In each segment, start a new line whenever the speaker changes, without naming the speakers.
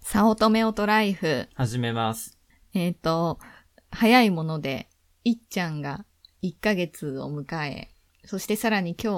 サオトメオトライフ。
始めます。
えっ、と、早いもので、いっちゃんが1ヶ月を迎え、そしてさらに今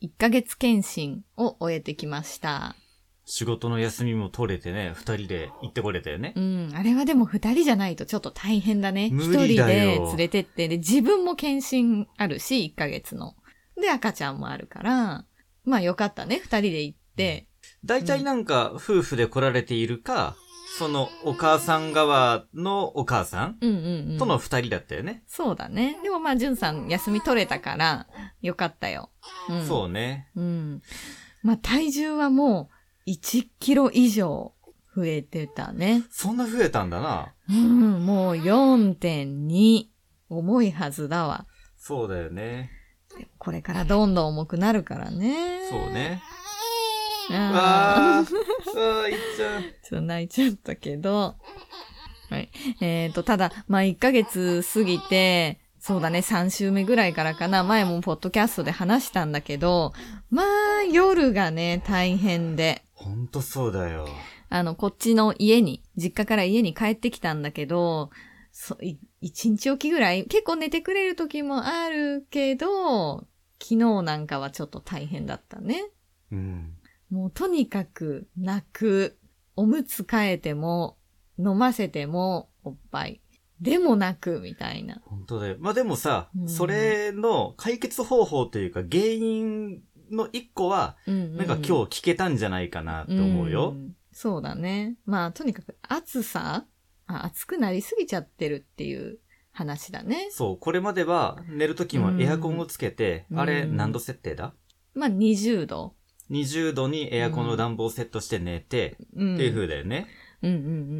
日、1ヶ月検診を終えてきました。
仕事の休みも取れてね、二人で行ってこれたよね
う。ん、あれはでも2人じゃないとちょっと大変だね。
無
一
理
人
だよ
で連れてって、で、自分も検診あるし、1ヶ月の。で、赤ちゃんもあるから、まあよかったね、2人で行って。
大体なんか、夫婦で来られているか、そのお母さん側のお母さん
うんうんうん。
との二人だったよね。
そうだね。でもまあ、じゅんさん休み取れたから、よかったよ。うん。
そうね。
うん。まあ、体重はもう、1キロ以上増えてたね。
そんな増えたんだな。
うん、もう4.2。重いはずだわ。
そうだよね。
これからどんどん重くなるからね。
そう。ね。
あ
わ
あ。
ー。わー、いっちゃん。
ちょっと泣いちゃったけど。はい。えっ、と、ただ、まあ、1ヶ月過ぎて、そうだね、3週目ぐらいからかな。前もポッドキャストで話したんだけど、まあ、夜がね、大変で。
ほんとそうだよ。
あの、こっちの家に、実家から家に帰ってきたんだけど、そい一日おきぐらい、結構寝てくれる時もあるけど、昨日なんかはちょっと大変だったね。
うん。
もうとにかく泣く。おむつ替えても、飲ませても、おっぱい。でも泣く、みたいな。
ほんとだよ。まあ、でもさ
う、ん
それの解決方法というか、原因の一個は、
うん、
なんか今日聞けたんじゃないかなって思うよ。
んそうだね。まあ、とにかく暑さあ暑くなりすぎちゃってるっていう話だね。
そう、これまでは寝るときもエアコンをつけて、
うん
あれ
うん
何度設定だ
まあ、20度。
?20 度にエアコンの暖房をセットして寝て、
うん。
っていう風だよね。
うんうんう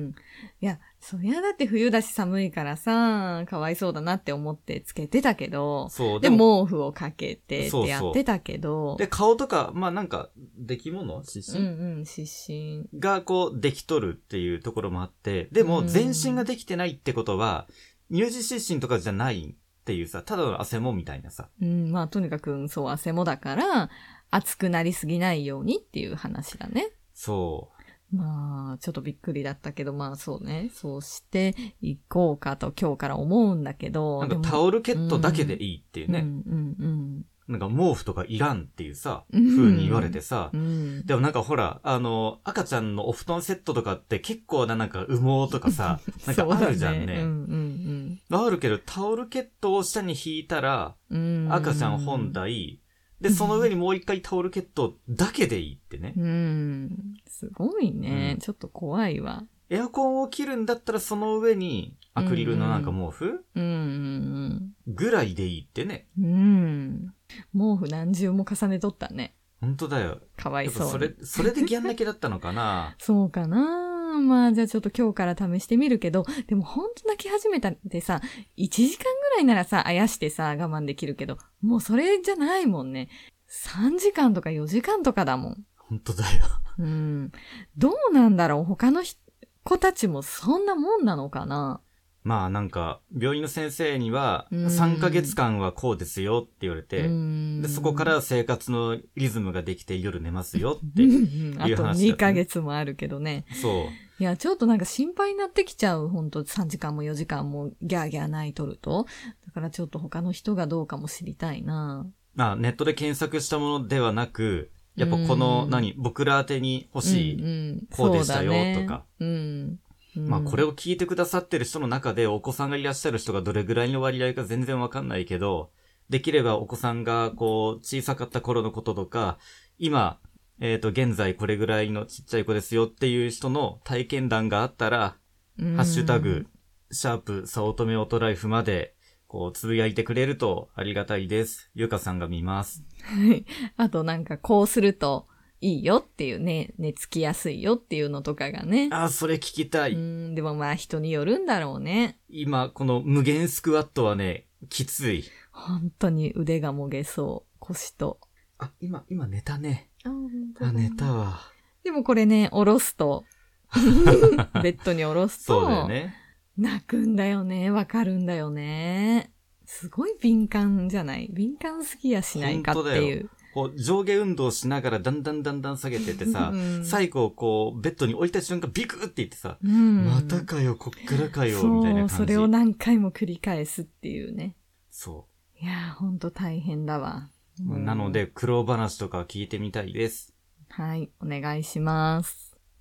ん。いや、そりゃだって冬だし寒いからさ、かわいそうだなって思ってつけてたけど、
そう、
で、
でも、
毛布をかけてってやってたけど、
で、顔とか、まあなんか、出来物湿
うん
疹、
うん、湿疹。
がこう、できとるっていうところもあって、で
う
も
ん
全身ができてないってことは、乳児湿疹とかじゃないっていうさ、ただの汗もみたいなさ。
うん、まあ、とにかく、そう、汗もだから、熱くなりすぎないようにっていう話だね。
そう。
まあ、ちょっとびっくりだったけど、まあそうね。そうして、行こうかと今日から思うんだけど。
なんか
で
タ
も
オルケットだけでいいっていうね。
うんうん
なんか毛布とかいらんっていうさ、
うん
風に言われてさ、
うん。うん。
でもなんかほら、あの、赤ちゃんのお布団セットとかって結構ななんか羽毛と かさ、なんかあるじゃん
そうだ
ね。
うんうん
あるけど、タオルケットを下に引いたら、
うん。うん
赤ちゃん本。体、で、その上にもう一回タオルケットだけでいいってね。
うん。すごいね。
うん
ちょっと怖いわ。
エアコンを切るんだったらその上にアクリルのなんか毛布
うんうん
ぐらいでいいってね。
うん。うん。毛布何重も重ねとったね。
ほんとだよ。
かわ
や
い
っ
そ
ぱ
うに。
それ、 それでギャン泣きだったのかな
そうかなまあじゃあちょっと今日から試してみるけど、でもほんと泣き始めたってさ、1時間ぐらいならさ、あやしてさ、我慢できるけど、もうそれじゃないもんね。3時間とか4時間とかだもん。
ほんとだよ。
うん。どうなんだろう他のひ子たちもそんなもんなのかな
まあなんか、病院の先生には、
うん
3ヶ月間はこうですよって言われて、
で
で、そこか、ら生活のリズムができて夜寝ますよっ
うんう
て。
んあと
いう話だったね
2ヶ月もあるけどね。
そ
いや、ちょっとなんか心配になってきちゃう。ほんと3時間も4時間もギャーギャー泣いとると。だからちょっと他の人がどうかも知りたいな。
う。まあ、ネットで検索したものではなく、やっぱこ
う
の、
ん
何、僕ら宛てに欲しい。
い
こうでしたよとか。
うんうん。
まあ、これ
を、
を聞いてくださってる人の中でお子さんがいらっしゃる人がどれぐらいの割合か全然わかんないけど、できればお子さんが、こう、小さかった頃のこととか、今、えっ、と、現在これぐらいのちっちゃい子ですよっていう人の体験談があったら、ハッシュタグ、シャープ、さおとめおとライフまで、こう、つぶやいてくれるとありがたいです。ゆかさんが見ます。
はい。あとなんかこうするといいよっていうね、寝つきやすいよっていうのとかがね。
あー、それ聞きたい。
うん、でもまあ人によるんだろうね。
今、この無限スクワットはね、きつい。
本当に腕がもげそう。腰と。
あ、今、今寝たね。
あ、
あ、寝たわ。
でもこれね、下ろす と、ベッドに下ろす
そうだ
と、
よね。
泣くんだよね。わかるんだよね。すごい敏感じゃない敏感すぎやしないかって
本当だ
いう。
こう上下運動しながらだんだんだんだん下げてってさ、
うん
最後こうベッドに置いた瞬間ビクっていってさ、
うん
またかよ、こっからかよ、
そう
みたいな感じ。
それを何回も繰り返すっていうね。
そ
いやー、ほんと大変だわ。
う。なの。で、苦労話とか聞いてみたいです。
はい、お願いします。